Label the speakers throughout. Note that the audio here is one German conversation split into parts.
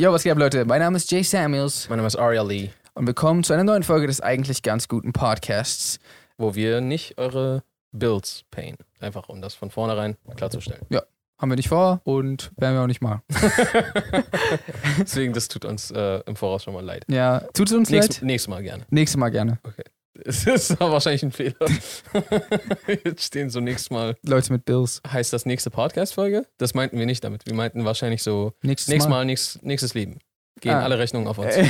Speaker 1: Yo, was geht ab, Leute? Mein Name ist Jay Samuels
Speaker 2: Mein Name ist Aria Lee,
Speaker 1: und willkommen zu einer neuen Folge des eigentlich ganz guten Podcasts.
Speaker 2: wo wir nicht eure Builds payen. Einfach um das von vornherein klarzustellen.
Speaker 1: Haben wir nicht vor und werden wir auch nicht mal.
Speaker 2: Deswegen, das tut uns äh, im Voraus schon mal leid.
Speaker 1: Ja, tut es uns
Speaker 2: Nächst,
Speaker 1: leid?
Speaker 2: nächstes Mal gerne.
Speaker 1: Nächstes Mal gerne.
Speaker 2: Es ist aber wahrscheinlich ein Fehler. Jetzt stehen so nächstes Mal,
Speaker 1: Leute mit Bills.
Speaker 2: heißt das nächste Podcast-Folge? Das meinten wir nicht damit. Wir meinten wahrscheinlich so,
Speaker 1: Nächstes,
Speaker 2: nächstes Mal, nächstes, nächstes Leben. Gehen
Speaker 1: Ah.
Speaker 2: alle Rechnungen auf uns.
Speaker 1: Äh,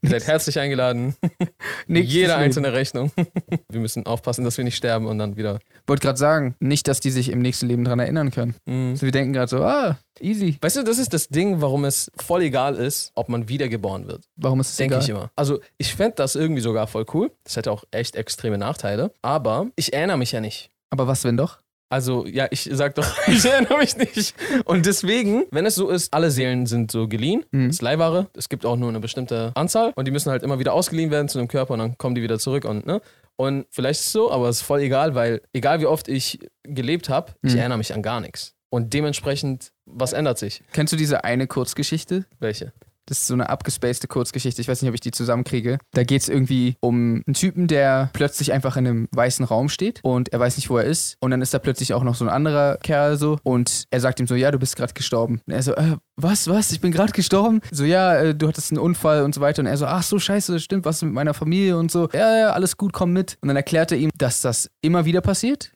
Speaker 2: Ihr seid herzlich eingeladen.
Speaker 1: nächstes
Speaker 2: Jede
Speaker 1: Leben.
Speaker 2: einzelne Rechnung. Wir müssen aufpassen, dass wir nicht sterben und dann wieder.
Speaker 1: Wollte gerade sagen, nicht, dass die sich im nächsten Leben dran erinnern können.
Speaker 2: Mm.
Speaker 1: Also wir denken gerade so, ah, easy.
Speaker 2: Weißt du, das ist das Ding, warum es voll egal ist, ob man wiedergeboren wird.
Speaker 1: Warum ist es
Speaker 2: Denke
Speaker 1: egal?
Speaker 2: ich immer. Also ich fände das irgendwie sogar voll cool. Das hätte auch echt extreme Nachteile. Aber ich erinnere mich ja nicht.
Speaker 1: Aber was, wenn doch?
Speaker 2: Also ja, ich sag doch, ich erinnere mich nicht. Und deswegen, wenn es so ist, alle Seelen sind so geliehen.
Speaker 1: Mhm.
Speaker 2: Das ist Leihware. Es gibt auch nur eine bestimmte Anzahl. Und die müssen halt immer wieder ausgeliehen werden zu dem Körper und dann kommen die wieder zurück und ne. Und vielleicht ist es so, aber es ist voll egal, weil egal wie oft ich gelebt habe, ich
Speaker 1: Mhm.
Speaker 2: erinnere mich an gar nichts. Und dementsprechend, was ändert sich?
Speaker 1: Kennst du diese eine Kurzgeschichte?
Speaker 2: Welche?
Speaker 1: Das ist so eine abgespacede Kurzgeschichte. Ich weiß nicht, ob ich die zusammenkriege. Da geht es irgendwie um einen Typen, der plötzlich einfach in einem weißen Raum steht und er weiß nicht, wo er ist. Und dann ist da plötzlich auch noch so ein anderer Kerl so und er sagt ihm so, ja, du bist gerade gestorben. Und er so, äh, was, was? Ich bin gerade gestorben? So, ja, äh, du hattest einen Unfall und so weiter. Und er so, ach so, scheiße, stimmt, was ist mit meiner Familie und so. Ja, ja, alles gut, komm mit. Und dann erklärt er ihm, dass das immer wieder passiert.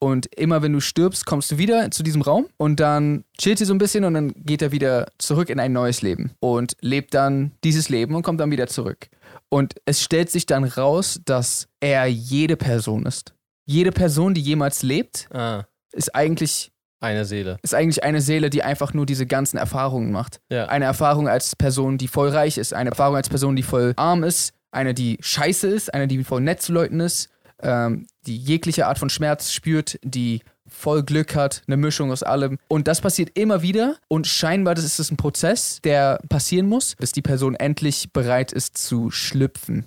Speaker 1: Und immer wenn du stirbst, kommst du wieder zu diesem Raum und dann chillt ihr so ein bisschen und dann geht er wieder zurück in ein neues Leben und lebt dann dieses Leben und kommt dann wieder zurück. Und es stellt sich dann raus, dass er jede Person ist. Jede Person, die jemals lebt,
Speaker 2: Ah,
Speaker 1: ist eigentlich,
Speaker 2: eine Seele.
Speaker 1: ist eigentlich eine Seele, die einfach nur diese ganzen Erfahrungen macht.
Speaker 2: Ja.
Speaker 1: Eine Erfahrung als Person, die voll reich ist, eine Erfahrung als Person, die voll arm ist, eine, die scheiße ist, eine, die voll nett zu Leuten ist, ähm, die jegliche Art von Schmerz spürt, die voll Glück hat, eine Mischung aus allem. Und das passiert immer wieder und scheinbar das ist es ein Prozess, der passieren muss, bis die Person endlich bereit ist zu schlüpfen.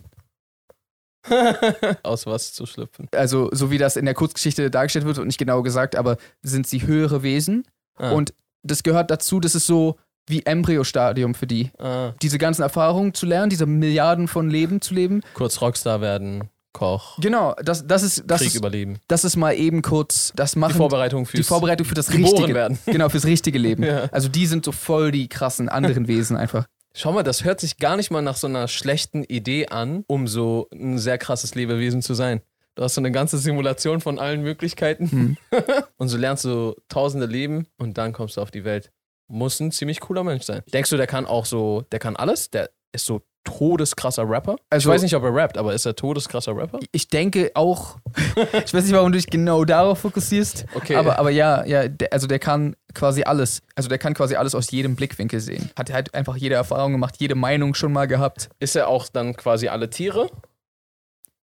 Speaker 2: Aus was zu schlüpfen.
Speaker 1: Also so wie das in der Kurzgeschichte dargestellt wird und nicht genau gesagt, aber sind sie höhere Wesen
Speaker 2: Ah.
Speaker 1: und das gehört dazu, das ist so wie Embryo-Stadium für die.
Speaker 2: Ah.
Speaker 1: diese ganzen Erfahrungen zu lernen, diese Milliarden von Leben zu leben.
Speaker 2: kurz Rockstar werden, Koch,
Speaker 1: Genau, das, das, ist, das,
Speaker 2: Krieg
Speaker 1: ist,
Speaker 2: überleben.
Speaker 1: das ist mal eben kurz das Machen.
Speaker 2: Die Vorbereitung
Speaker 1: die
Speaker 2: fürs
Speaker 1: Vorbereitung für das
Speaker 2: geboren
Speaker 1: richtige
Speaker 2: werden.
Speaker 1: Genau, fürs richtige Leben.
Speaker 2: Ja.
Speaker 1: Also die sind so voll die krassen anderen Wesen einfach.
Speaker 2: Schau mal, das hört sich gar nicht mal nach so einer schlechten Idee an, um so ein sehr krasses Lebewesen zu sein. Du hast so eine ganze Simulation von allen Möglichkeiten und so lernst du tausende Leben und dann kommst du auf die Welt. Muss ein ziemlich cooler Mensch sein. Denkst du, der kann auch so, der kann alles? Der ist so todeskrasser Rapper?
Speaker 1: Also-
Speaker 2: ich weiß nicht, ob er rappt, aber ist er todeskrasser Rapper?
Speaker 1: Ich denke auch, ich weiß nicht, warum du dich genau darauf fokussierst,
Speaker 2: Okay.
Speaker 1: aber, aber ja, ja der, also der kann quasi alles, also der kann quasi alles aus jedem Blickwinkel sehen. Hat halt einfach jede Erfahrung gemacht, jede Meinung schon mal gehabt.
Speaker 2: Ist er auch dann quasi alle Tiere?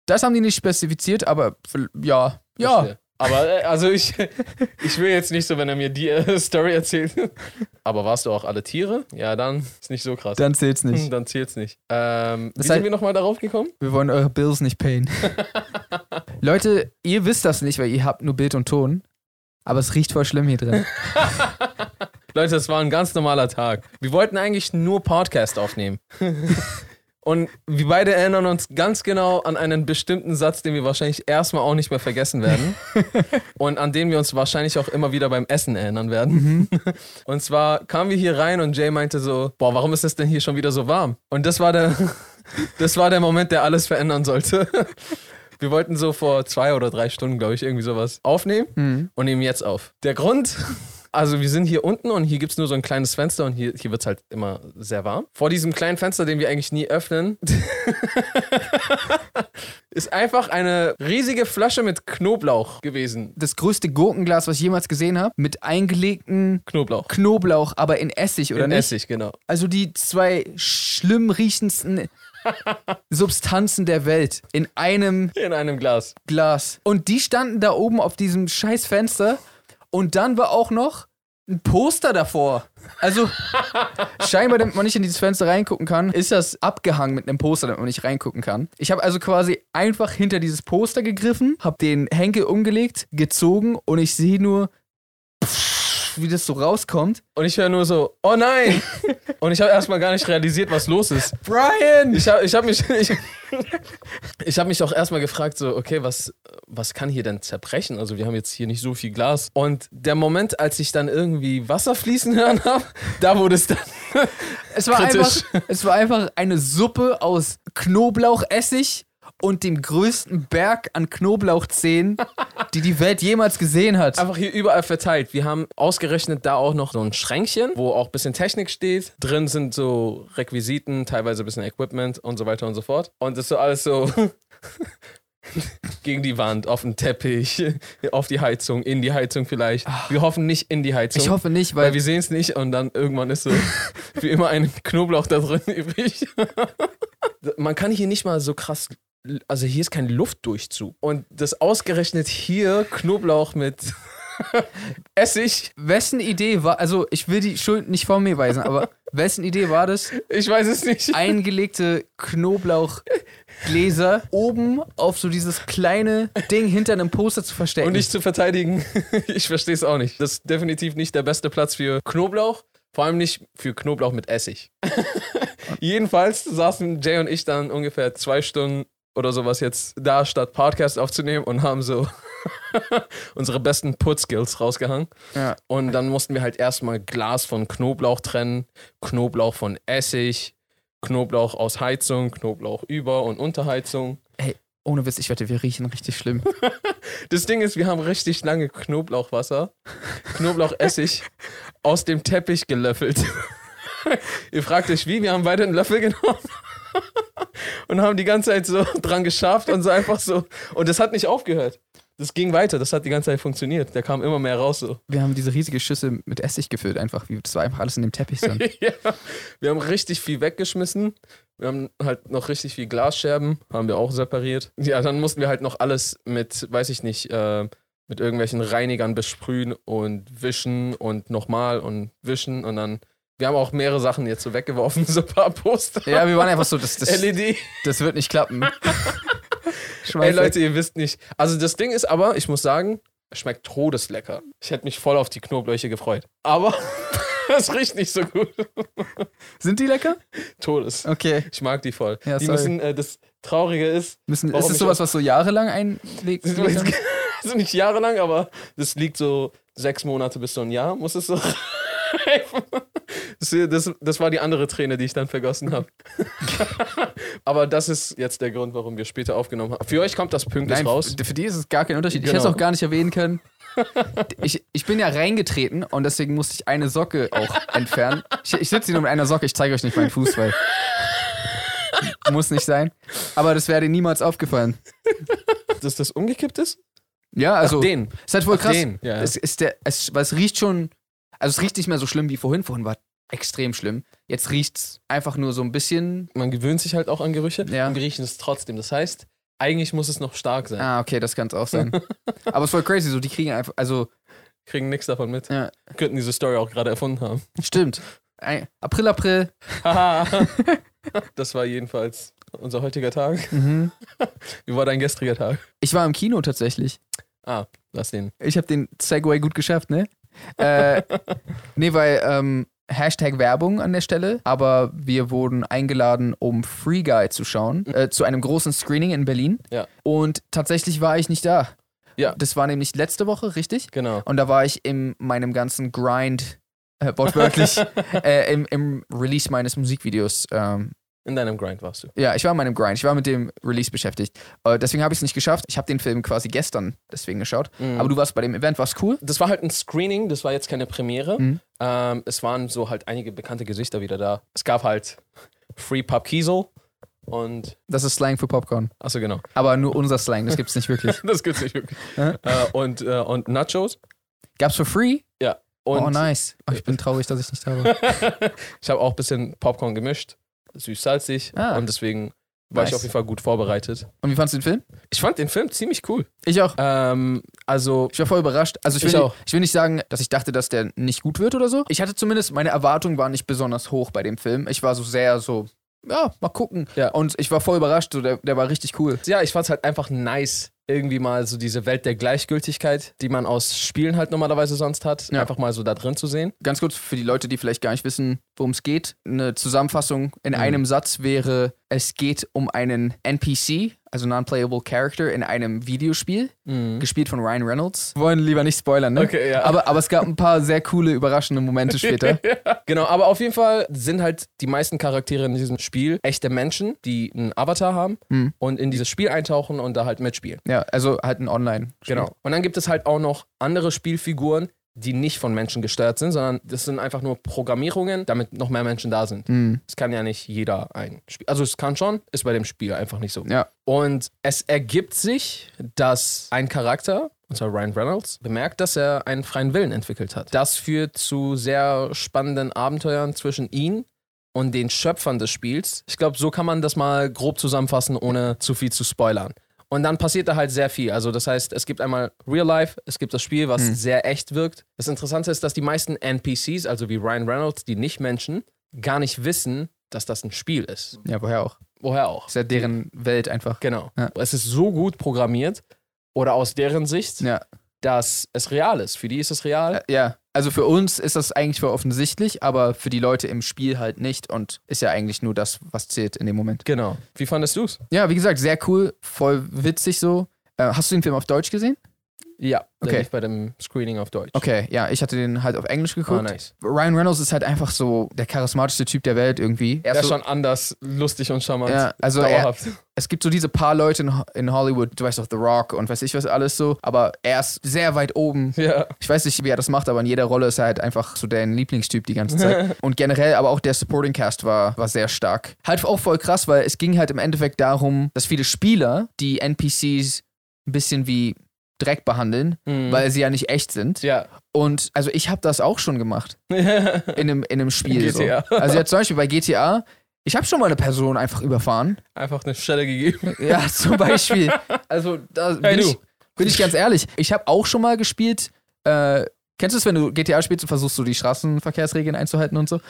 Speaker 1: Das haben die nicht spezifiziert, aber ja, ja,
Speaker 2: Verstehe. Aber äh, also ich, ich will jetzt nicht so, wenn er mir die äh, Story erzählt. Aber warst du auch alle Tiere? Ja, dann ist nicht so krass.
Speaker 1: dann zählt's nicht.
Speaker 2: Hm, dann zählt's nicht. Ähm, wie
Speaker 1: Das heißt-
Speaker 2: sind wir nochmal darauf gekommen?
Speaker 1: Wir wollen eure Bills nicht payen. Leute, ihr wisst das nicht, weil ihr habt nur Bild und Ton. Aber es riecht voll schlimm hier drin.
Speaker 2: Leute, das war ein ganz normaler Tag. Wir wollten eigentlich nur Podcast aufnehmen. Und wir beide erinnern uns ganz genau an einen bestimmten Satz, den wir wahrscheinlich erstmal auch nicht mehr vergessen werden. und an den wir uns wahrscheinlich auch immer wieder beim Essen erinnern werden. Und zwar kamen wir hier rein und Jay meinte so, boah, warum ist es denn hier schon wieder so warm? Und das war der, das war der Moment, der alles verändern sollte. Wir wollten so vor zwei oder drei Stunden, glaube ich, irgendwie sowas aufnehmen
Speaker 1: Hm.
Speaker 2: und nehmen jetzt auf. Der Grund, also wir sind hier unten und hier gibt es nur so ein kleines Fenster und hier, hier wird es halt immer sehr warm. Vor diesem kleinen Fenster, den wir eigentlich nie öffnen, ist einfach eine riesige Flasche mit Knoblauch gewesen.
Speaker 1: Das größte Gurkenglas, was ich jemals gesehen habe, mit eingelegten
Speaker 2: Knoblauch.
Speaker 1: Knoblauch, aber in Essig, oder
Speaker 2: In
Speaker 1: nicht?
Speaker 2: Essig, genau.
Speaker 1: Also die zwei schlimm riechendsten Substanzen der Welt in einem
Speaker 2: In einem Glas.
Speaker 1: Glas. Und die standen da oben auf diesem scheiß Fenster. Und dann war auch noch ein Poster davor. Also, scheinbar, damit man nicht in dieses Fenster reingucken kann, ist das abgehangen mit einem Poster, damit man nicht reingucken kann. Ich habe also quasi einfach hinter dieses Poster gegriffen, habe den Henkel umgelegt, gezogen und ich sehe nur, wie das so rauskommt.
Speaker 2: Und ich höre nur so, oh nein! Und ich habe erstmal gar nicht realisiert, was los ist.
Speaker 1: Brian!
Speaker 2: Ich habe ich hab mich, ich, ich hab mich auch erstmal gefragt, so, okay, was, was kann hier denn zerbrechen? Also, wir haben jetzt hier nicht so viel Glas. Und der Moment, als ich dann irgendwie Wasser fließen hören habe, da wurde es dann.
Speaker 1: Es war,
Speaker 2: Kritisch.
Speaker 1: einfach, es war einfach eine Suppe aus Knoblauchessig und dem größten Berg an Knoblauchzehen, die die Welt jemals gesehen hat.
Speaker 2: Einfach hier überall verteilt. Wir haben ausgerechnet da auch noch so ein Schränkchen, wo auch ein bisschen Technik steht. Drin sind so Requisiten, teilweise ein bisschen Equipment und so weiter und so fort. Und das ist so alles so gegen die Wand, auf den Teppich, auf die Heizung, in die Heizung vielleicht. Wir hoffen nicht in die Heizung.
Speaker 1: ich hoffe nicht,
Speaker 2: weil
Speaker 1: weil,
Speaker 2: wir sehen es nicht und dann irgendwann ist so wie immer ein Knoblauch da drin übrig. Man kann hier nicht mal so krass, also hier ist kein Luftdurchzug. Und das ausgerechnet hier Knoblauch mit Essig,
Speaker 1: wessen Idee war, also ich will die Schuld nicht von mir weisen, aber wessen Idee war das,
Speaker 2: ich weiß es nicht.
Speaker 1: eingelegte Knoblauchgläser oben auf so dieses kleine Ding hinter einem Poster zu verstecken?
Speaker 2: Und nicht zu verteidigen, ich verstehe es auch nicht. Das ist definitiv nicht der beste Platz für Knoblauch. Vor allem nicht für Knoblauch mit Essig. Jedenfalls saßen Jay und ich dann ungefähr zwei Stunden oder sowas jetzt da, statt Podcast aufzunehmen und haben so unsere besten Putzskills rausgehangen.
Speaker 1: ja.
Speaker 2: Und dann mussten wir halt erstmal Glas von Knoblauch trennen, Knoblauch von Essig, Knoblauch aus Heizung, Knoblauch über- und Unterheizung.
Speaker 1: Ey, ohne Witz, ich wette, wir riechen richtig schlimm.
Speaker 2: Das Ding ist, wir haben richtig lange Knoblauchwasser, Knoblauchessig aus dem Teppich gelöffelt. Ihr fragt euch wie, wir haben beide einen Löffel genommen und haben die ganze Zeit so dran geschafft und so einfach so. Und das hat nicht aufgehört. Das ging weiter, das hat die ganze Zeit funktioniert. Da kam immer mehr raus so.
Speaker 1: Wir haben diese riesige Schüssel mit Essig gefüllt, einfach. wie- Das war einfach alles in dem Teppich. Dann.
Speaker 2: ja. Wir haben richtig viel weggeschmissen. Wir haben halt noch richtig viel Glasscherben, haben wir auch separiert. Ja, dann mussten wir halt noch alles mit, weiß ich nicht, äh, mit irgendwelchen Reinigern besprühen und wischen und nochmal und wischen und dann. Wir haben auch mehrere Sachen jetzt so weggeworfen, so ein paar Poster.
Speaker 1: Ja, wir waren einfach so, das, das,
Speaker 2: LED.
Speaker 1: das wird nicht klappen. Schmeiß
Speaker 2: Ey
Speaker 1: weg.
Speaker 2: Leute, ihr wisst nicht. Also das Ding ist aber, ich muss sagen, es schmeckt todeslecker. Ich hätte mich voll auf die Knoblauche gefreut. Aber es riecht nicht so gut.
Speaker 1: Sind die lecker?
Speaker 2: Todes.
Speaker 1: Okay.
Speaker 2: Ich mag die voll.
Speaker 1: Ja,
Speaker 2: die
Speaker 1: sorry.
Speaker 2: müssen, äh, das Traurige ist,
Speaker 1: Müssen,
Speaker 2: Warum
Speaker 1: ist es
Speaker 2: ich
Speaker 1: sowas,
Speaker 2: auch-
Speaker 1: was so jahrelang einlegt?
Speaker 2: das ist also nicht jahrelang, aber das liegt so sechs Monate bis so ein Jahr, muss es so reifen. Das, das, das war die andere Träne, die ich dann vergossen habe. aber das ist jetzt der Grund, warum wir später aufgenommen haben. Für euch kommt das pünktlich
Speaker 1: Nein,
Speaker 2: raus.
Speaker 1: f- für die ist es gar kein Unterschied. Ich hätte es
Speaker 2: Genau.
Speaker 1: auch gar nicht erwähnen können. Ich, ich bin ja reingetreten und deswegen musste ich eine Socke auch entfernen. Ich, ich sitze hier nur mit einer Socke, ich zeige euch nicht meinen Fuß, weil. Muss nicht sein. Aber das wäre dir niemals aufgefallen.
Speaker 2: Dass das umgekippt ist?
Speaker 1: Ja, also.
Speaker 2: Den.
Speaker 1: Ist halt voll
Speaker 2: Ach,
Speaker 1: krass.
Speaker 2: den, ja, ja.
Speaker 1: Es, ist der, es, weil es riecht schon, also es riecht nicht mehr so schlimm wie vorhin. Vorhin war extrem schlimm. Jetzt riecht's einfach nur so ein bisschen.
Speaker 2: Man gewöhnt sich halt auch an Gerüche
Speaker 1: Ja.
Speaker 2: und wir riechen es trotzdem. Das heißt, eigentlich muss es noch stark sein.
Speaker 1: Ah, okay, das kann es auch sein. Aber es ist voll crazy, so die kriegen einfach, also
Speaker 2: Kriegen nichts davon mit.
Speaker 1: Ja.
Speaker 2: Könnten diese Story auch gerade erfunden haben.
Speaker 1: stimmt. Ein, April, April.
Speaker 2: Haha. das war jedenfalls unser heutiger Tag. Wie war dein gestriger Tag?
Speaker 1: Ich war im Kino tatsächlich.
Speaker 2: Ah, lass den.
Speaker 1: Ich habe den Segway gut geschafft, ne? Äh, nee, weil ähm, Hashtag Werbung an der Stelle. Aber wir wurden eingeladen, um Free Guy zu schauen. Äh, zu einem großen Screening in Berlin.
Speaker 2: Mhm. Ja.
Speaker 1: Und tatsächlich war ich nicht da.
Speaker 2: Ja.
Speaker 1: Das war nämlich letzte Woche, richtig?
Speaker 2: Genau.
Speaker 1: Und da war ich in meinem ganzen Grind, äh, wortwörtlich, äh, im, im Release meines Musikvideos. Ähm,
Speaker 2: In deinem Grind warst du.
Speaker 1: ja, ich war in meinem Grind. Ich war mit dem Release beschäftigt. Äh, deswegen habe ich es nicht geschafft. Ich habe den Film quasi gestern deswegen geschaut.
Speaker 2: Mhm.
Speaker 1: Aber du warst bei dem Event, war's cool?
Speaker 2: Das war halt ein Screening, das war jetzt keine Premiere.
Speaker 1: Mhm.
Speaker 2: Ähm, es waren so halt einige bekannte Gesichter wieder da. Es gab halt Free Pub Kiesel und.
Speaker 1: Das ist Slang für Popcorn.
Speaker 2: Achso, genau.
Speaker 1: Aber nur unser Slang, das gibt's nicht wirklich.
Speaker 2: Das gibt's nicht wirklich.
Speaker 1: Hä?
Speaker 2: äh, und, äh, und Nachos.
Speaker 1: Gab's for free?
Speaker 2: Ja. Und
Speaker 1: oh, nice. Oh, ich bin traurig, dass ich nicht da war.
Speaker 2: ich habe auch ein bisschen Popcorn gemischt. Süß-salzig.
Speaker 1: Ah.
Speaker 2: Und deswegen War
Speaker 1: Nice.
Speaker 2: ich auf jeden Fall gut vorbereitet.
Speaker 1: Und wie fandst du den Film?
Speaker 2: Ich fand den Film ziemlich cool.
Speaker 1: Ich auch.
Speaker 2: Ähm, also,
Speaker 1: Ich war voll überrascht. Also ich will,
Speaker 2: Ich auch.
Speaker 1: ich will nicht sagen, dass ich dachte, dass der nicht gut wird oder so. Ich hatte zumindest, meine Erwartungen waren nicht besonders hoch bei dem Film. Ich war so sehr so, ja, mal gucken.
Speaker 2: Ja.
Speaker 1: Und ich war voll überrascht, so, der, der war richtig cool.
Speaker 2: ja, ich fand's halt einfach nice. Irgendwie mal so diese Welt der Gleichgültigkeit, die man aus Spielen halt normalerweise sonst hat,
Speaker 1: Ja.
Speaker 2: einfach mal so da drin zu sehen.
Speaker 1: Ganz kurz für die Leute, die vielleicht gar nicht wissen, worum es geht. Eine Zusammenfassung in einem Satz wäre, es geht um einen NPC, also Non-Playable Character, in einem Videospiel, gespielt von Ryan Reynolds. Mhm. Wir wollen lieber nicht spoilern, ne?
Speaker 2: Okay, ja.
Speaker 1: Aber, aber es gab ein paar sehr coole, überraschende Momente später.
Speaker 2: Genau, aber auf jeden Fall sind halt die meisten Charaktere in diesem Spiel echte Menschen, die einen Avatar haben
Speaker 1: Mhm.
Speaker 2: und in dieses Spiel eintauchen und da halt mitspielen.
Speaker 1: Ja, also halt ein Online.
Speaker 2: Genau. Und dann gibt es halt auch noch andere Spielfiguren, die nicht von Menschen gesteuert sind, sondern das sind einfach nur Programmierungen, damit noch mehr Menschen da sind.
Speaker 1: Mhm.
Speaker 2: Es kann ja nicht jeder ein Spiel. Also es kann schon, ist bei dem Spiel einfach nicht so.
Speaker 1: Ja.
Speaker 2: Und es ergibt sich, dass ein Charakter, unser Ryan Reynolds, bemerkt, dass er einen freien Willen entwickelt hat. Das führt zu sehr spannenden Abenteuern zwischen ihm und den Schöpfern des Spiels. Ich glaube, so kann man das mal grob zusammenfassen, ohne zu viel zu spoilern. Und dann passiert da halt sehr viel. Also das heißt, es gibt einmal Real Life, es gibt das Spiel, was sehr echt wirkt. Das Interessante ist, dass die meisten NPCs, also wie Ryan Reynolds, die nicht Menschen, gar nicht wissen, dass das ein Spiel ist.
Speaker 1: Ja, woher auch?
Speaker 2: Woher auch?
Speaker 1: Ist ja deren Welt einfach.
Speaker 2: Genau.
Speaker 1: Ja.
Speaker 2: Es ist so gut programmiert oder aus deren Sicht,
Speaker 1: Ja,
Speaker 2: dass es real ist. Für die ist es real.
Speaker 1: äh, ja. Also für uns ist das eigentlich voll offensichtlich, aber für die Leute im Spiel halt nicht und ist ja eigentlich nur das, was zählt in dem Moment.
Speaker 2: Genau. Wie fandest du es?
Speaker 1: Ja, wie gesagt, sehr cool, voll witzig so. Äh, hast du den Film auf Deutsch gesehen?
Speaker 2: Ja,
Speaker 1: Okay.
Speaker 2: okay. bei dem Screening auf Deutsch.
Speaker 1: Okay, ja, ich hatte den halt auf Englisch
Speaker 2: Ah,
Speaker 1: geguckt.
Speaker 2: nice.
Speaker 1: Ryan Reynolds ist halt einfach so der charismatischste Typ der Welt irgendwie.
Speaker 2: Er
Speaker 1: Er ist
Speaker 2: ist
Speaker 1: so,
Speaker 2: schon anders, lustig und charmant.
Speaker 1: ja, also er,
Speaker 2: Dauerhaft.
Speaker 1: es gibt so diese paar Leute in, Ho- in Hollywood, du weißt doch, The Rock und weiß ich was alles so, aber er ist sehr weit oben
Speaker 2: ja.
Speaker 1: Ich weiß nicht, wie er das macht, aber in jeder Rolle ist er halt einfach so dein Lieblingstyp die ganze Zeit. Und generell, aber auch der Supporting Cast war, war sehr stark. Halt auch voll krass, weil es ging halt im Endeffekt darum, dass viele Spieler die NPCs ein bisschen wie Dreck behandeln,
Speaker 2: Mhm.
Speaker 1: weil sie ja nicht echt sind.
Speaker 2: ja.
Speaker 1: Und also ich habe das auch schon gemacht in einem, in einem Spiel.
Speaker 2: GTA.
Speaker 1: So. Also jetzt zum Beispiel bei GTA, ich habe schon mal eine Person einfach überfahren.
Speaker 2: Einfach eine Stelle gegeben.
Speaker 1: Ja, zum Beispiel. Also da bin,
Speaker 2: Hey, du.
Speaker 1: ich, bin ich ganz ehrlich. Ich habe auch schon mal gespielt. Äh, kennst du es, wenn du GTA spielst und versuchst, so die Straßenverkehrsregeln einzuhalten und so?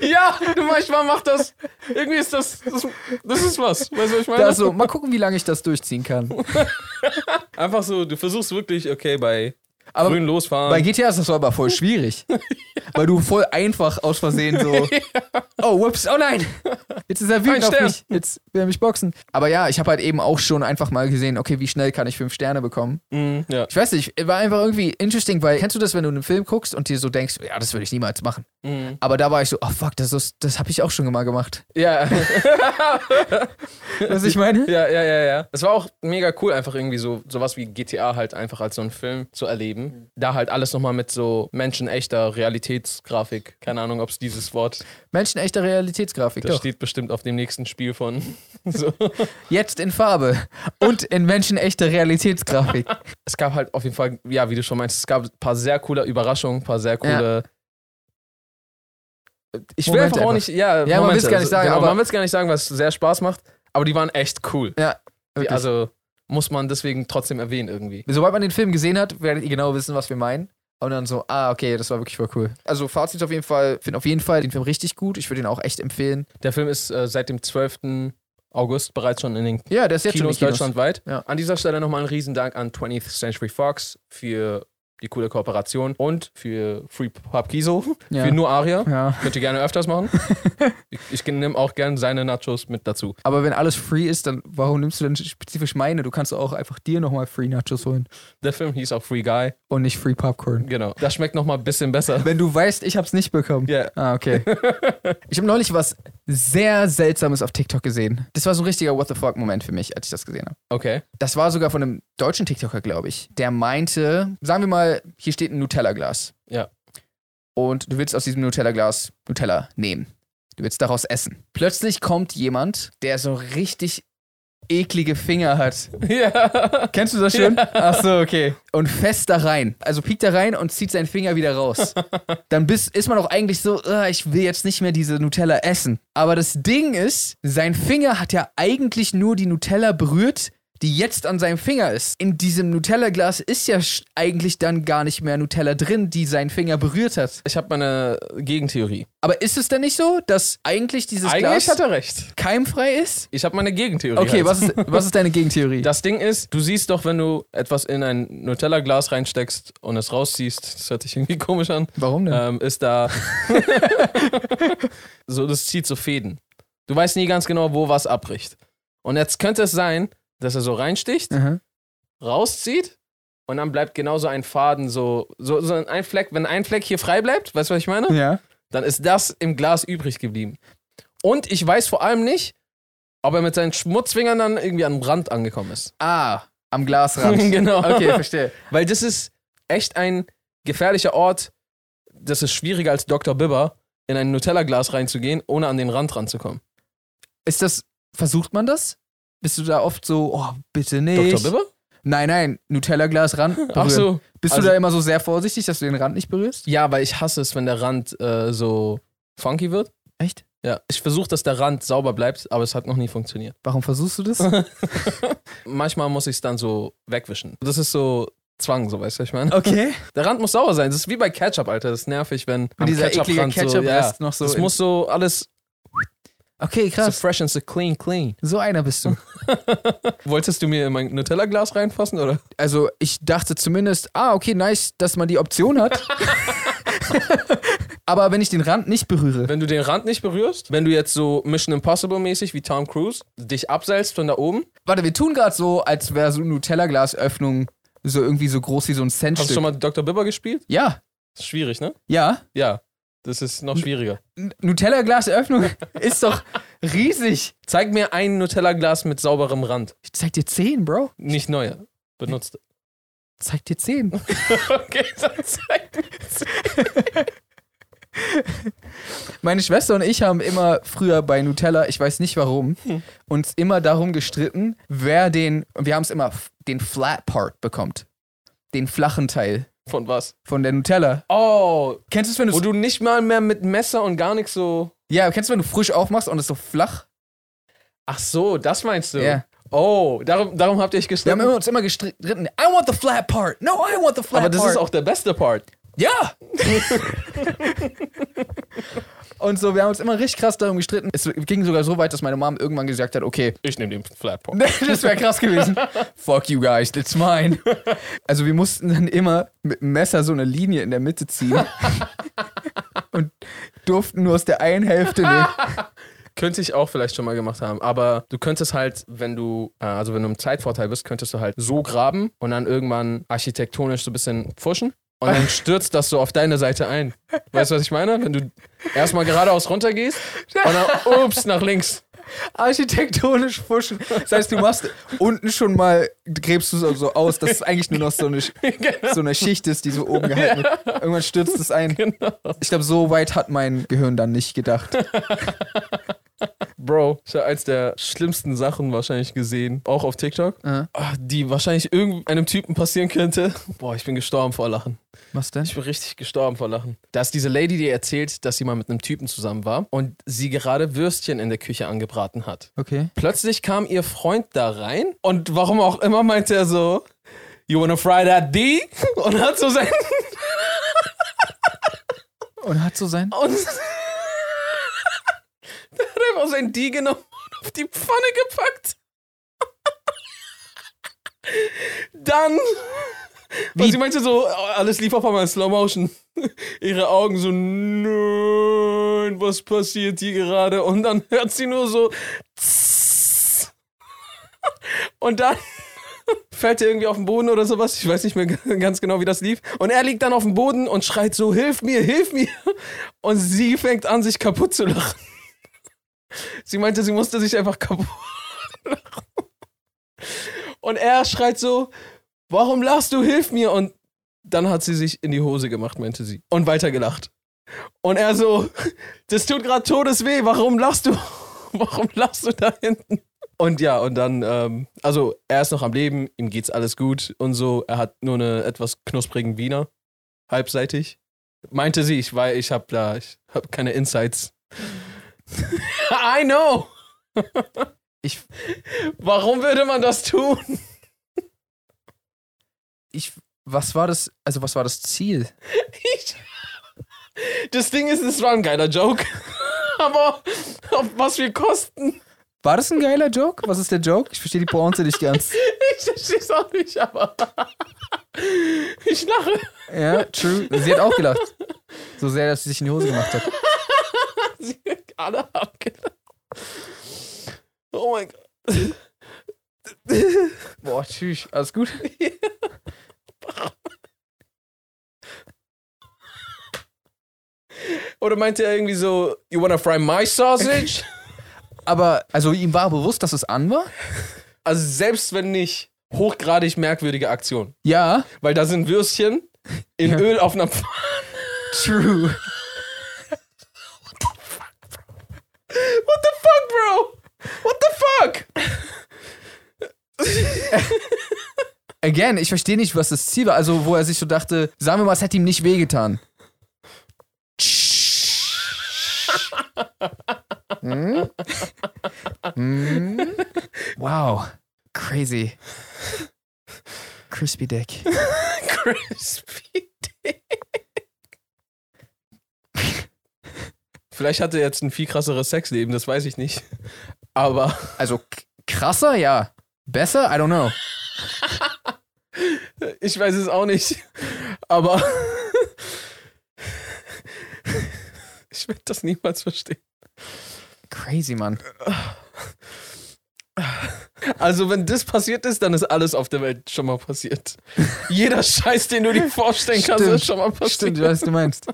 Speaker 2: ja, manchmal macht das. Irgendwie ist das. Das, das ist was. Weißt du, was ich meine?
Speaker 1: Da ist so, Also mal gucken, wie lange ich das durchziehen kann.
Speaker 2: Einfach so, du versuchst wirklich, okay, bei
Speaker 1: Aber
Speaker 2: grün
Speaker 1: bei
Speaker 2: losfahren.
Speaker 1: GTA ist das aber voll schwierig. Weil du voll einfach aus Versehen so. Oh, whoops, oh nein! Jetzt ist er
Speaker 2: Ein
Speaker 1: wütend auf
Speaker 2: Stern.
Speaker 1: mich. Jetzt will er mich boxen. Aber ja, ich habe halt eben auch schon einfach mal gesehen, okay, wie schnell kann ich fünf Sterne bekommen?
Speaker 2: Mhm, ja.
Speaker 1: Ich weiß nicht, war einfach irgendwie interesting, weil kennst du das, wenn du einen Film guckst und dir so denkst, ja, das würde ich niemals machen.
Speaker 2: Mhm.
Speaker 1: Aber da war ich so, oh fuck, das, ist- das habe ich auch schon mal gemacht.
Speaker 2: ja.
Speaker 1: Was ich meine?
Speaker 2: Ja, ja, ja, ja. Es war auch mega cool, einfach irgendwie so sowas wie GTA halt einfach als so einen Film zu erleben. Da halt alles nochmal mit so menschenechter Realitätsgrafik. Keine Ahnung, ob es dieses Wort,
Speaker 1: Menschen echter Realitätsgrafik.
Speaker 2: das
Speaker 1: Doch.
Speaker 2: steht bestimmt auf dem nächsten Spiel von. So.
Speaker 1: Jetzt in Farbe und in Menschen echter Realitätsgrafik.
Speaker 2: Es gab halt auf jeden Fall, ja, wie du schon meinst, es gab ein paar sehr coole Überraschungen, ein paar sehr coole. Ich will
Speaker 1: Momente
Speaker 2: einfach auch
Speaker 1: einfach.
Speaker 2: nicht, ja,
Speaker 1: Ja, man
Speaker 2: Momente.
Speaker 1: will's gar nicht sagen,
Speaker 2: genau,
Speaker 1: aber-
Speaker 2: man will es gar nicht sagen, weil es sehr Spaß macht, aber die waren echt cool.
Speaker 1: Ja,
Speaker 2: Die,
Speaker 1: wirklich.
Speaker 2: also muss man deswegen trotzdem erwähnen irgendwie.
Speaker 1: Sobald man den Film gesehen hat, werdet ihr genau wissen, was wir meinen. Und dann so, ah, okay, das war wirklich voll cool. Also Fazit auf jeden Fall, finde auf jeden Fall den Film richtig gut. Ich würde ihn auch echt empfehlen.
Speaker 2: Der Film ist äh, seit dem 12. August bereits schon in den
Speaker 1: Ja, der ist jetzt
Speaker 2: Kinos
Speaker 1: schon in den Kinos.
Speaker 2: deutschlandweit.
Speaker 1: Ja.
Speaker 2: An dieser Stelle nochmal einen Riesendank an 20th Century Fox für die coole Kooperation und für Free Pub Kiesel,
Speaker 1: Ja.
Speaker 2: für nur Aria.
Speaker 1: Ja.
Speaker 2: Könnt ihr gerne öfters machen. ich ich nehme auch gerne seine Nachos mit dazu.
Speaker 1: Aber wenn alles free ist, dann warum nimmst du denn spezifisch meine? Du kannst auch einfach dir nochmal Free Nachos holen
Speaker 2: Der Film hieß auch Free Guy.
Speaker 1: und nicht Free Popcorn.
Speaker 2: Genau. Das schmeckt nochmal ein bisschen besser.
Speaker 1: Wenn du weißt, ich hab's nicht bekommen.
Speaker 2: Ja.
Speaker 1: Ah, okay. Ich habe neulich was sehr Seltsames auf TikTok gesehen. Das war so ein richtiger What the fuck-Moment für mich, als ich das gesehen habe.
Speaker 2: Okay.
Speaker 1: Das war sogar von einem deutschen TikToker, glaube ich. Der meinte, sagen wir mal, hier steht ein Nutella-Glas.
Speaker 2: Ja.
Speaker 1: Und du willst aus diesem Nutella-Glas Nutella nehmen. Du willst daraus essen. Plötzlich kommt jemand, der so richtig eklige Finger hat.
Speaker 2: Ja.
Speaker 1: Kennst du das schon? Ach so, okay. Und fest da rein. Also piekt da rein und zieht seinen Finger wieder raus. Dann bis, ist man auch eigentlich so, "Ah, ich will jetzt nicht mehr diese Nutella essen. Aber das Ding ist, sein Finger hat ja eigentlich nur die Nutella berührt, die jetzt an seinem Finger ist. In diesem Nutella-Glas ist ja sch- eigentlich dann gar nicht mehr Nutella drin, die seinen Finger berührt hat.
Speaker 2: Ich habe meine Gegentheorie.
Speaker 1: Aber ist es denn nicht so, dass eigentlich dieses
Speaker 2: Eigentlich
Speaker 1: Glas
Speaker 2: hat er recht.
Speaker 1: keimfrei ist?
Speaker 2: Ich habe meine Gegentheorie.
Speaker 1: Okay,
Speaker 2: halt.
Speaker 1: was ist, was ist deine Gegentheorie?
Speaker 2: Das Ding ist, du siehst doch, wenn du etwas in ein Nutella-Glas reinsteckst und es rausziehst, das hört sich irgendwie komisch an,
Speaker 1: Warum denn?
Speaker 2: ähm, ist da. so, das zieht so Fäden. Du weißt nie ganz genau, wo was abbricht. Und jetzt könnte es sein, dass er so reinsticht,
Speaker 1: Aha.
Speaker 2: rauszieht und dann bleibt genau so ein Faden, so, so, so ein Fleck. Wenn ein Fleck hier frei bleibt, weißt du, was ich meine?
Speaker 1: Ja.
Speaker 2: dann ist das im Glas übrig geblieben. Und ich weiß vor allem nicht, ob er mit seinen Schmutzfingern dann irgendwie am Rand angekommen ist.
Speaker 1: Ah, am Glasrand.
Speaker 2: genau.
Speaker 1: Okay, verstehe.
Speaker 2: Weil das ist echt ein gefährlicher Ort. Das ist schwieriger als Dr. Bibber, in ein Nutella-Glas reinzugehen, ohne an den Rand ranzukommen.
Speaker 1: Ist das, versucht man das? Bist du da oft so, oh, bitte nicht.
Speaker 2: Dr. Bibber?
Speaker 1: Nein, nein, Nutella-Glas ran. Berühren.
Speaker 2: Ach so.
Speaker 1: Bist
Speaker 2: also-
Speaker 1: du da immer so sehr vorsichtig, dass du den Rand nicht berührst?
Speaker 2: Ja, weil ich hasse es, wenn der Rand äh, so funky wird.
Speaker 1: Echt?
Speaker 2: Ja, ich versuche, dass der Rand sauber bleibt, aber es hat noch nie funktioniert.
Speaker 1: Warum versuchst du das?
Speaker 2: manchmal muss ich es dann so wegwischen. Das ist so Zwang, so weißt du, was ich meine.
Speaker 1: Okay.
Speaker 2: Der Rand muss sauer sein. Das ist wie bei Ketchup, Alter. Das ist nervig, wenn am
Speaker 1: Und dieser eklige
Speaker 2: Ketchup-Rand
Speaker 1: Ketchup
Speaker 2: so, ja.
Speaker 1: rest noch so.
Speaker 2: Das
Speaker 1: in-
Speaker 2: muss so alles
Speaker 1: okay,
Speaker 2: so
Speaker 1: krass.
Speaker 2: fresh and so clean, clean.
Speaker 1: So einer bist du.
Speaker 2: Wolltest du mir in mein Nutella-Glas reinfassen, oder?
Speaker 1: Also ich dachte zumindest, ah, okay, nice, dass man die Option hat. Aber wenn ich den Rand nicht berühre.
Speaker 2: Wenn du den Rand nicht berührst, wenn du jetzt so Mission Impossible-mäßig wie Tom Cruise dich abseilst von da oben,
Speaker 1: Warte, wir tun gerade so, als wäre so eine Nutella-Glasöffnung so irgendwie so groß wie so ein
Speaker 2: hast du schon
Speaker 1: Centstück.
Speaker 2: mal Dr. Bibber gespielt?
Speaker 1: Ja,
Speaker 2: Ist schwierig, ne?
Speaker 1: ja.
Speaker 2: Ja. Das ist noch schwieriger.
Speaker 1: N- Nutella-Glasöffnung ist doch riesig.
Speaker 2: Zeig mir ein Nutella-Glas mit sauberem Rand.
Speaker 1: Ich zeig dir 10, Bro.
Speaker 2: Nicht neue. Benutzt.
Speaker 1: Zeig dir 10.
Speaker 2: okay, dann zeig mir.
Speaker 1: Meine Schwester und ich haben immer früher bei Nutella, ich weiß nicht warum,
Speaker 2: Hm.
Speaker 1: uns immer darum gestritten, wer den, und wir haben es immer f- den Flat Part bekommt. Den flachen Teil
Speaker 2: Von was?
Speaker 1: von der Nutella.
Speaker 2: Oh,
Speaker 1: Kennst du es, wenn
Speaker 2: Wo
Speaker 1: du
Speaker 2: du nicht mal mehr mit Messer und gar nichts so.
Speaker 1: ja, kennst du, wenn du frisch aufmachst und es so flach?
Speaker 2: Ach so, das meinst du?
Speaker 1: Ja.
Speaker 2: Oh, darum, darum habt ihr euch
Speaker 1: Wir haben
Speaker 2: gestritten.
Speaker 1: immer, uns immer gestritten. I want the flat part. No, I want the flat
Speaker 2: Aber das
Speaker 1: part.
Speaker 2: ist auch der beste Part.
Speaker 1: Ja! und so, wir haben uns immer richtig krass darum gestritten. Es ging sogar so weit, dass meine Mom irgendwann gesagt hat, okay,
Speaker 2: Ich nehme den Flat Part.
Speaker 1: das wäre krass gewesen. Fuck you guys, it's mine. Also wir mussten dann immer mit dem Messer so eine Linie in der Mitte ziehen. und durften nur aus der einen Hälfte nehmen.
Speaker 2: Könnte ich auch vielleicht schon mal gemacht haben. Aber du könntest halt, wenn du, äh, also wenn du im Zeitvorteil bist, könntest du halt so graben und dann irgendwann architektonisch so ein bisschen pfuschen. Und dann stürzt das so auf deine Seite ein. Weißt du, was ich meine? Wenn du erstmal geradeaus runtergehst und dann, ups, nach links.
Speaker 1: Architektonisch fuschen. Das heißt, du machst unten schon mal, gräbst du so- so aus, dass es eigentlich nur noch so eine, Sch- so eine Schicht ist, die so oben gehalten wird. Irgendwann stürzt es ein. Ich glaube, so weit hat mein Gehirn dann nicht gedacht.
Speaker 2: Bro, ich habe als der schlimmsten Sachen wahrscheinlich gesehen, auch auf TikTok,
Speaker 1: Äh.
Speaker 2: ah, die wahrscheinlich irgendeinem Typen passieren könnte. Boah, ich bin gestorben vor Lachen.
Speaker 1: Was denn?
Speaker 2: Ich bin richtig gestorben vor Lachen. Da ist diese Lady, die erzählt, dass sie mal mit einem Typen zusammen war und sie gerade Würstchen in der Küche angebraten hat.
Speaker 1: Okay.
Speaker 2: Plötzlich kam ihr Freund da rein und warum auch immer meinte er so, You wanna fry that D? Und hat so sein...
Speaker 1: Und hat so sein?
Speaker 2: Und der hat einfach sein Die genommen und auf die Pfanne gepackt. Dann. Weil sie meinte so, alles lief auf einmal in Slow Motion. Ihre Augen so, nein, was passiert hier gerade? Und dann hört sie nur so, "Tss." und dann fällt er irgendwie auf den Boden oder sowas. Ich weiß nicht mehr ganz genau, wie das lief. Und er liegt dann auf dem Boden und schreit so, hilf mir, hilf mir. Und sie fängt an, sich kaputt zu lachen. Sie meinte, sie musste sich einfach kaputt lachen. Und er schreit so, warum lachst du, hilf mir. Und dann hat sie sich in die Hose gemacht, meinte sie. Und weitergelacht. Und er so, das tut gerade Todes weh, warum lachst du? Warum lachst du da hinten? Und ja, und dann, ähm, also er ist noch am Leben, ihm geht's alles gut und so. Er hat nur eine etwas knusprigen Wiener, halbseitig. Meinte sie, ich weiß, ich habe da, ich habe keine Insights. I know.
Speaker 1: Ich-
Speaker 2: Warum würde man das tun?
Speaker 1: Ich, was war das, also was war das Ziel?
Speaker 2: Ich, das Ding ist, es war ein geiler Joke, aber auf was wir kosten,
Speaker 1: War das ein geiler Joke? Was ist der Joke? Ich verstehe die Pointe nicht ganz.
Speaker 2: ich versteh's auch nicht, aber ich lache.
Speaker 1: Ja, true. Sie hat auch gelacht. So sehr, dass sie sich in die Hose gemacht hat.
Speaker 2: Alle haben gelacht. Oh mein Gott.
Speaker 1: Boah, tschüss. Alles gut?
Speaker 2: Oder meinte er irgendwie so, you wanna fry my sausage?
Speaker 1: Aber, also ihm war bewusst, dass es an war?
Speaker 2: also selbst wenn nicht, hochgradig merkwürdige Aktion.
Speaker 1: Ja.
Speaker 2: Weil da sind Würstchen in
Speaker 1: Ja.
Speaker 2: Öl auf einer Pfanne.
Speaker 1: True.
Speaker 2: What the fuck, bro? What the fuck?
Speaker 1: Again, ich verstehe nicht, was das Ziel war. Also, wo er sich so dachte, sagen wir mal, es hätte ihm nicht wehgetan. Hm? Hm? Wow. Crazy. Crispy Dick.
Speaker 2: Crispy Dick. Vielleicht hatte er jetzt ein viel krasseres Sexleben, das weiß ich nicht. Aber
Speaker 1: Also, k- krasser, ja. Besser? I don't know.
Speaker 2: ich weiß es auch nicht. Aber ich werde das niemals verstehen.
Speaker 1: Crazy, Mann.
Speaker 2: Also, wenn das passiert ist, dann ist alles auf der Welt schon mal passiert. Jeder Scheiß, den du dir vorstellen kannst,
Speaker 1: Stimmt.
Speaker 2: ist schon mal passiert.
Speaker 1: Stimmt, ich weiß, was du meinst.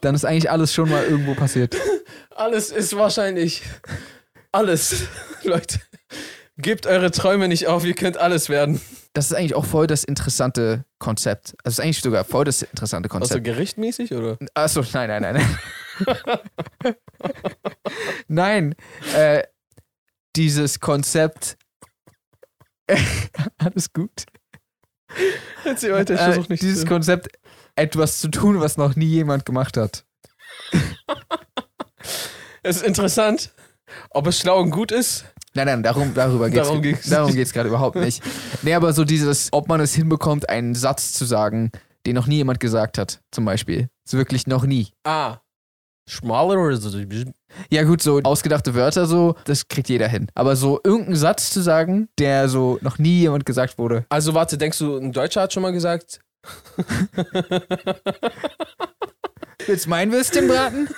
Speaker 1: Dann ist eigentlich alles schon mal irgendwo passiert.
Speaker 2: Alles ist wahrscheinlich. Alles. Leute, gebt eure Träume nicht auf, ihr könnt alles werden.
Speaker 1: Das ist eigentlich auch voll das interessante Konzept. Also, es ist eigentlich sogar voll das interessante Konzept.
Speaker 2: Also gerichtmäßig oder?
Speaker 1: Achso, nein, nein, nein. nein, äh, dieses Konzept. Alles gut.
Speaker 2: Erzähl weiter, ich
Speaker 1: Äh,
Speaker 2: versuch nicht.
Speaker 1: dieses
Speaker 2: zu-
Speaker 1: Konzept, etwas zu tun, was noch nie jemand gemacht hat.
Speaker 2: es ist interessant, ob es schlau und gut ist.
Speaker 1: Nein, nein, darum, darüber geht's.
Speaker 2: Darum ging's
Speaker 1: darum
Speaker 2: nicht.
Speaker 1: geht's gerade überhaupt nicht. Nee, aber so dieses, ob man es hinbekommt, einen Satz zu sagen, den noch nie jemand gesagt hat, zum Beispiel. So wirklich noch nie.
Speaker 2: Ah. Schmaler oder so.
Speaker 1: Ja, gut, so ausgedachte Wörter, so, das kriegt jeder hin. Aber so irgendeinen Satz zu sagen, der so noch nie jemand gesagt wurde.
Speaker 2: Also warte, denkst du, ein Deutscher hat schon mal gesagt?
Speaker 1: Willst du mein Würstchen braten?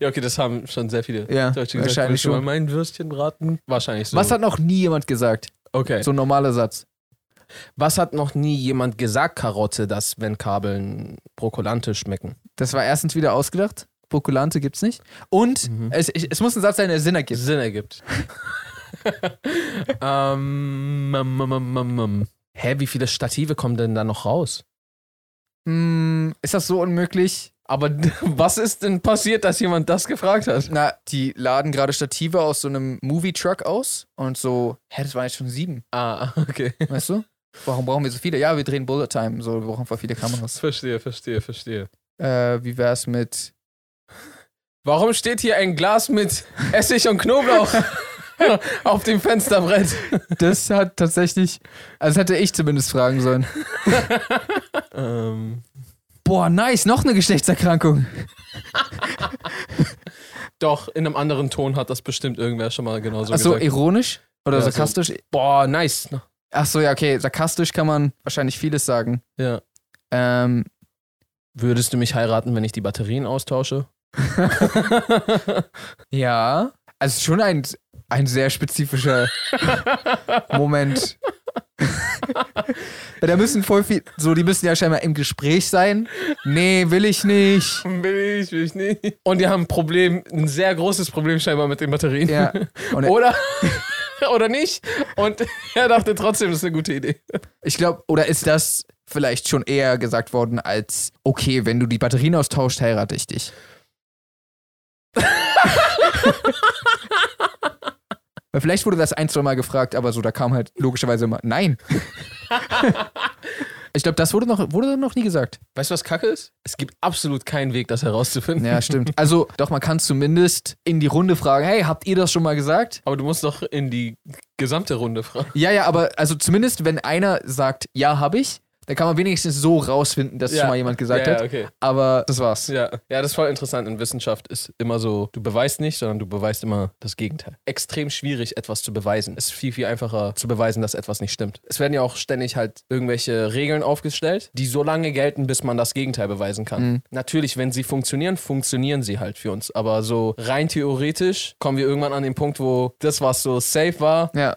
Speaker 2: Ja, okay, das haben schon sehr viele
Speaker 1: Ja,
Speaker 2: Deutsche gesagt.
Speaker 1: wahrscheinlich
Speaker 2: Willst du mal
Speaker 1: schon.
Speaker 2: mein Würstchen braten? Wahrscheinlich so.
Speaker 1: Was hat noch nie jemand gesagt?
Speaker 2: okay.
Speaker 1: So ein normaler Satz.
Speaker 2: Was hat noch nie jemand gesagt, Karotte, dass wenn Kabeln Brokolante schmecken?
Speaker 1: Das war erstens wieder ausgedacht. Prokulante gibt's nicht. Und
Speaker 2: Mhm.
Speaker 1: es, ich, es muss ein Satz sein, der Sinn ergibt.
Speaker 2: Sinn ergibt. ähm, mm, mm, mm, mm. Hä, wie viele Stative kommen denn da noch raus?
Speaker 1: Hm, ist das so unmöglich?
Speaker 2: Aber was ist denn passiert, dass jemand das gefragt hat?
Speaker 1: Na, die laden gerade Stative aus so einem Movie-Truck aus und so, hä, das waren jetzt schon sieben,
Speaker 2: Ah, okay.
Speaker 1: weißt du? Warum brauchen wir so viele? Ja, wir drehen Bullet Time, so, wir brauchen voll viele Kameras.
Speaker 2: Verstehe, verstehe, verstehe.
Speaker 1: Äh, wie wär's mit.
Speaker 2: Warum steht hier ein Glas mit Essig und Knoblauch auf dem Fensterbrett?
Speaker 1: Das hat tatsächlich. Also, das hätte ich zumindest fragen sollen.
Speaker 2: Ähm,
Speaker 1: Boah, nice, noch eine Geschlechtserkrankung.
Speaker 2: doch, in einem anderen Ton hat das bestimmt irgendwer schon mal genauso
Speaker 1: Achso,
Speaker 2: gesagt.
Speaker 1: ironisch? Oder
Speaker 2: Ja, so-
Speaker 1: sarkastisch?
Speaker 2: Boah, nice.
Speaker 1: Achso, ja, okay. Sarkastisch kann man wahrscheinlich vieles sagen.
Speaker 2: Ja.
Speaker 1: Ähm,
Speaker 2: Würdest du mich heiraten, wenn ich die Batterien austausche?
Speaker 1: ja. Also schon ein, ein sehr spezifischer Moment. Weil da müssen voll viel, so, die müssen ja scheinbar im Gespräch sein. Nee, will ich nicht.
Speaker 2: Will ich, will ich nicht. Und die haben ein Problem, ein sehr großes Problem scheinbar mit den Batterien.
Speaker 1: Ja. Und er-
Speaker 2: Oder, oder nicht. Und er dachte trotzdem, das ist eine gute Idee.
Speaker 1: ich glaube, oder ist das vielleicht schon eher gesagt worden als, okay, wenn du die Batterien austauscht, heirate ich dich. Weil vielleicht wurde das ein, zwei Mal gefragt, aber so, da kam halt logischerweise immer, nein. ich glaube, das wurde noch, wurde noch nie gesagt.
Speaker 2: Weißt du, was Kacke ist? Es gibt absolut keinen Weg, das herauszufinden.
Speaker 1: Ja, stimmt. Also, doch, man kann zumindest in die Runde fragen, hey, habt ihr das schon mal gesagt?
Speaker 2: Aber du musst doch in die gesamte Runde fragen.
Speaker 1: Ja, ja, aber also zumindest, wenn einer sagt, ja, habe ich, dann kann man wenigstens so rausfinden, dass es
Speaker 2: Ja.
Speaker 1: schon mal jemand gesagt
Speaker 2: ja,
Speaker 1: hat.
Speaker 2: Ja, okay.
Speaker 1: Aber das war's.
Speaker 2: Ja. ja, das ist voll interessant. In Wissenschaft ist immer so, du beweist nicht, sondern du beweist immer das Gegenteil. Extrem schwierig, etwas zu beweisen. Es ist viel, viel einfacher zu beweisen, dass etwas nicht stimmt. Es werden ja auch ständig halt irgendwelche Regeln aufgestellt, die so lange gelten, bis man das Gegenteil beweisen
Speaker 1: Mhm.
Speaker 2: kann. Natürlich, wenn sie funktionieren, funktionieren sie halt für uns. Aber so rein theoretisch kommen wir irgendwann an den Punkt, wo das, was so safe war, wird
Speaker 1: Ja,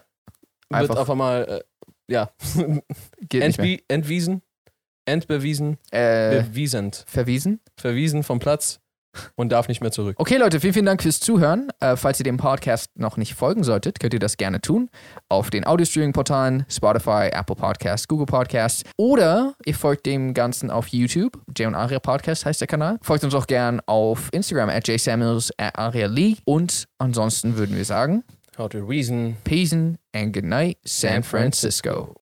Speaker 1: Einfach.
Speaker 2: auf einmal, äh, ja,
Speaker 1: geht nicht mehr.
Speaker 2: Entwie entwiesen, entbewiesen,
Speaker 1: Äh,
Speaker 2: bewiesend
Speaker 1: verwiesen.
Speaker 2: verwiesen vom Platz und darf nicht mehr zurück.
Speaker 1: Okay, Leute, vielen, vielen Dank fürs Zuhören. Äh, falls ihr dem Podcast noch nicht folgen solltet, könnt ihr das gerne tun. Auf den Audio-Streaming-Portalen Spotify, Apple Podcasts, Google Podcasts oder ihr folgt dem Ganzen auf YouTube. Jay und Aria Podcast heißt der Kanal. Folgt uns auch gern auf Instagram at jsamuels at Aria Lee. Und ansonsten würden wir sagen,
Speaker 2: How to reason.
Speaker 1: Peace and good night, San Francisco.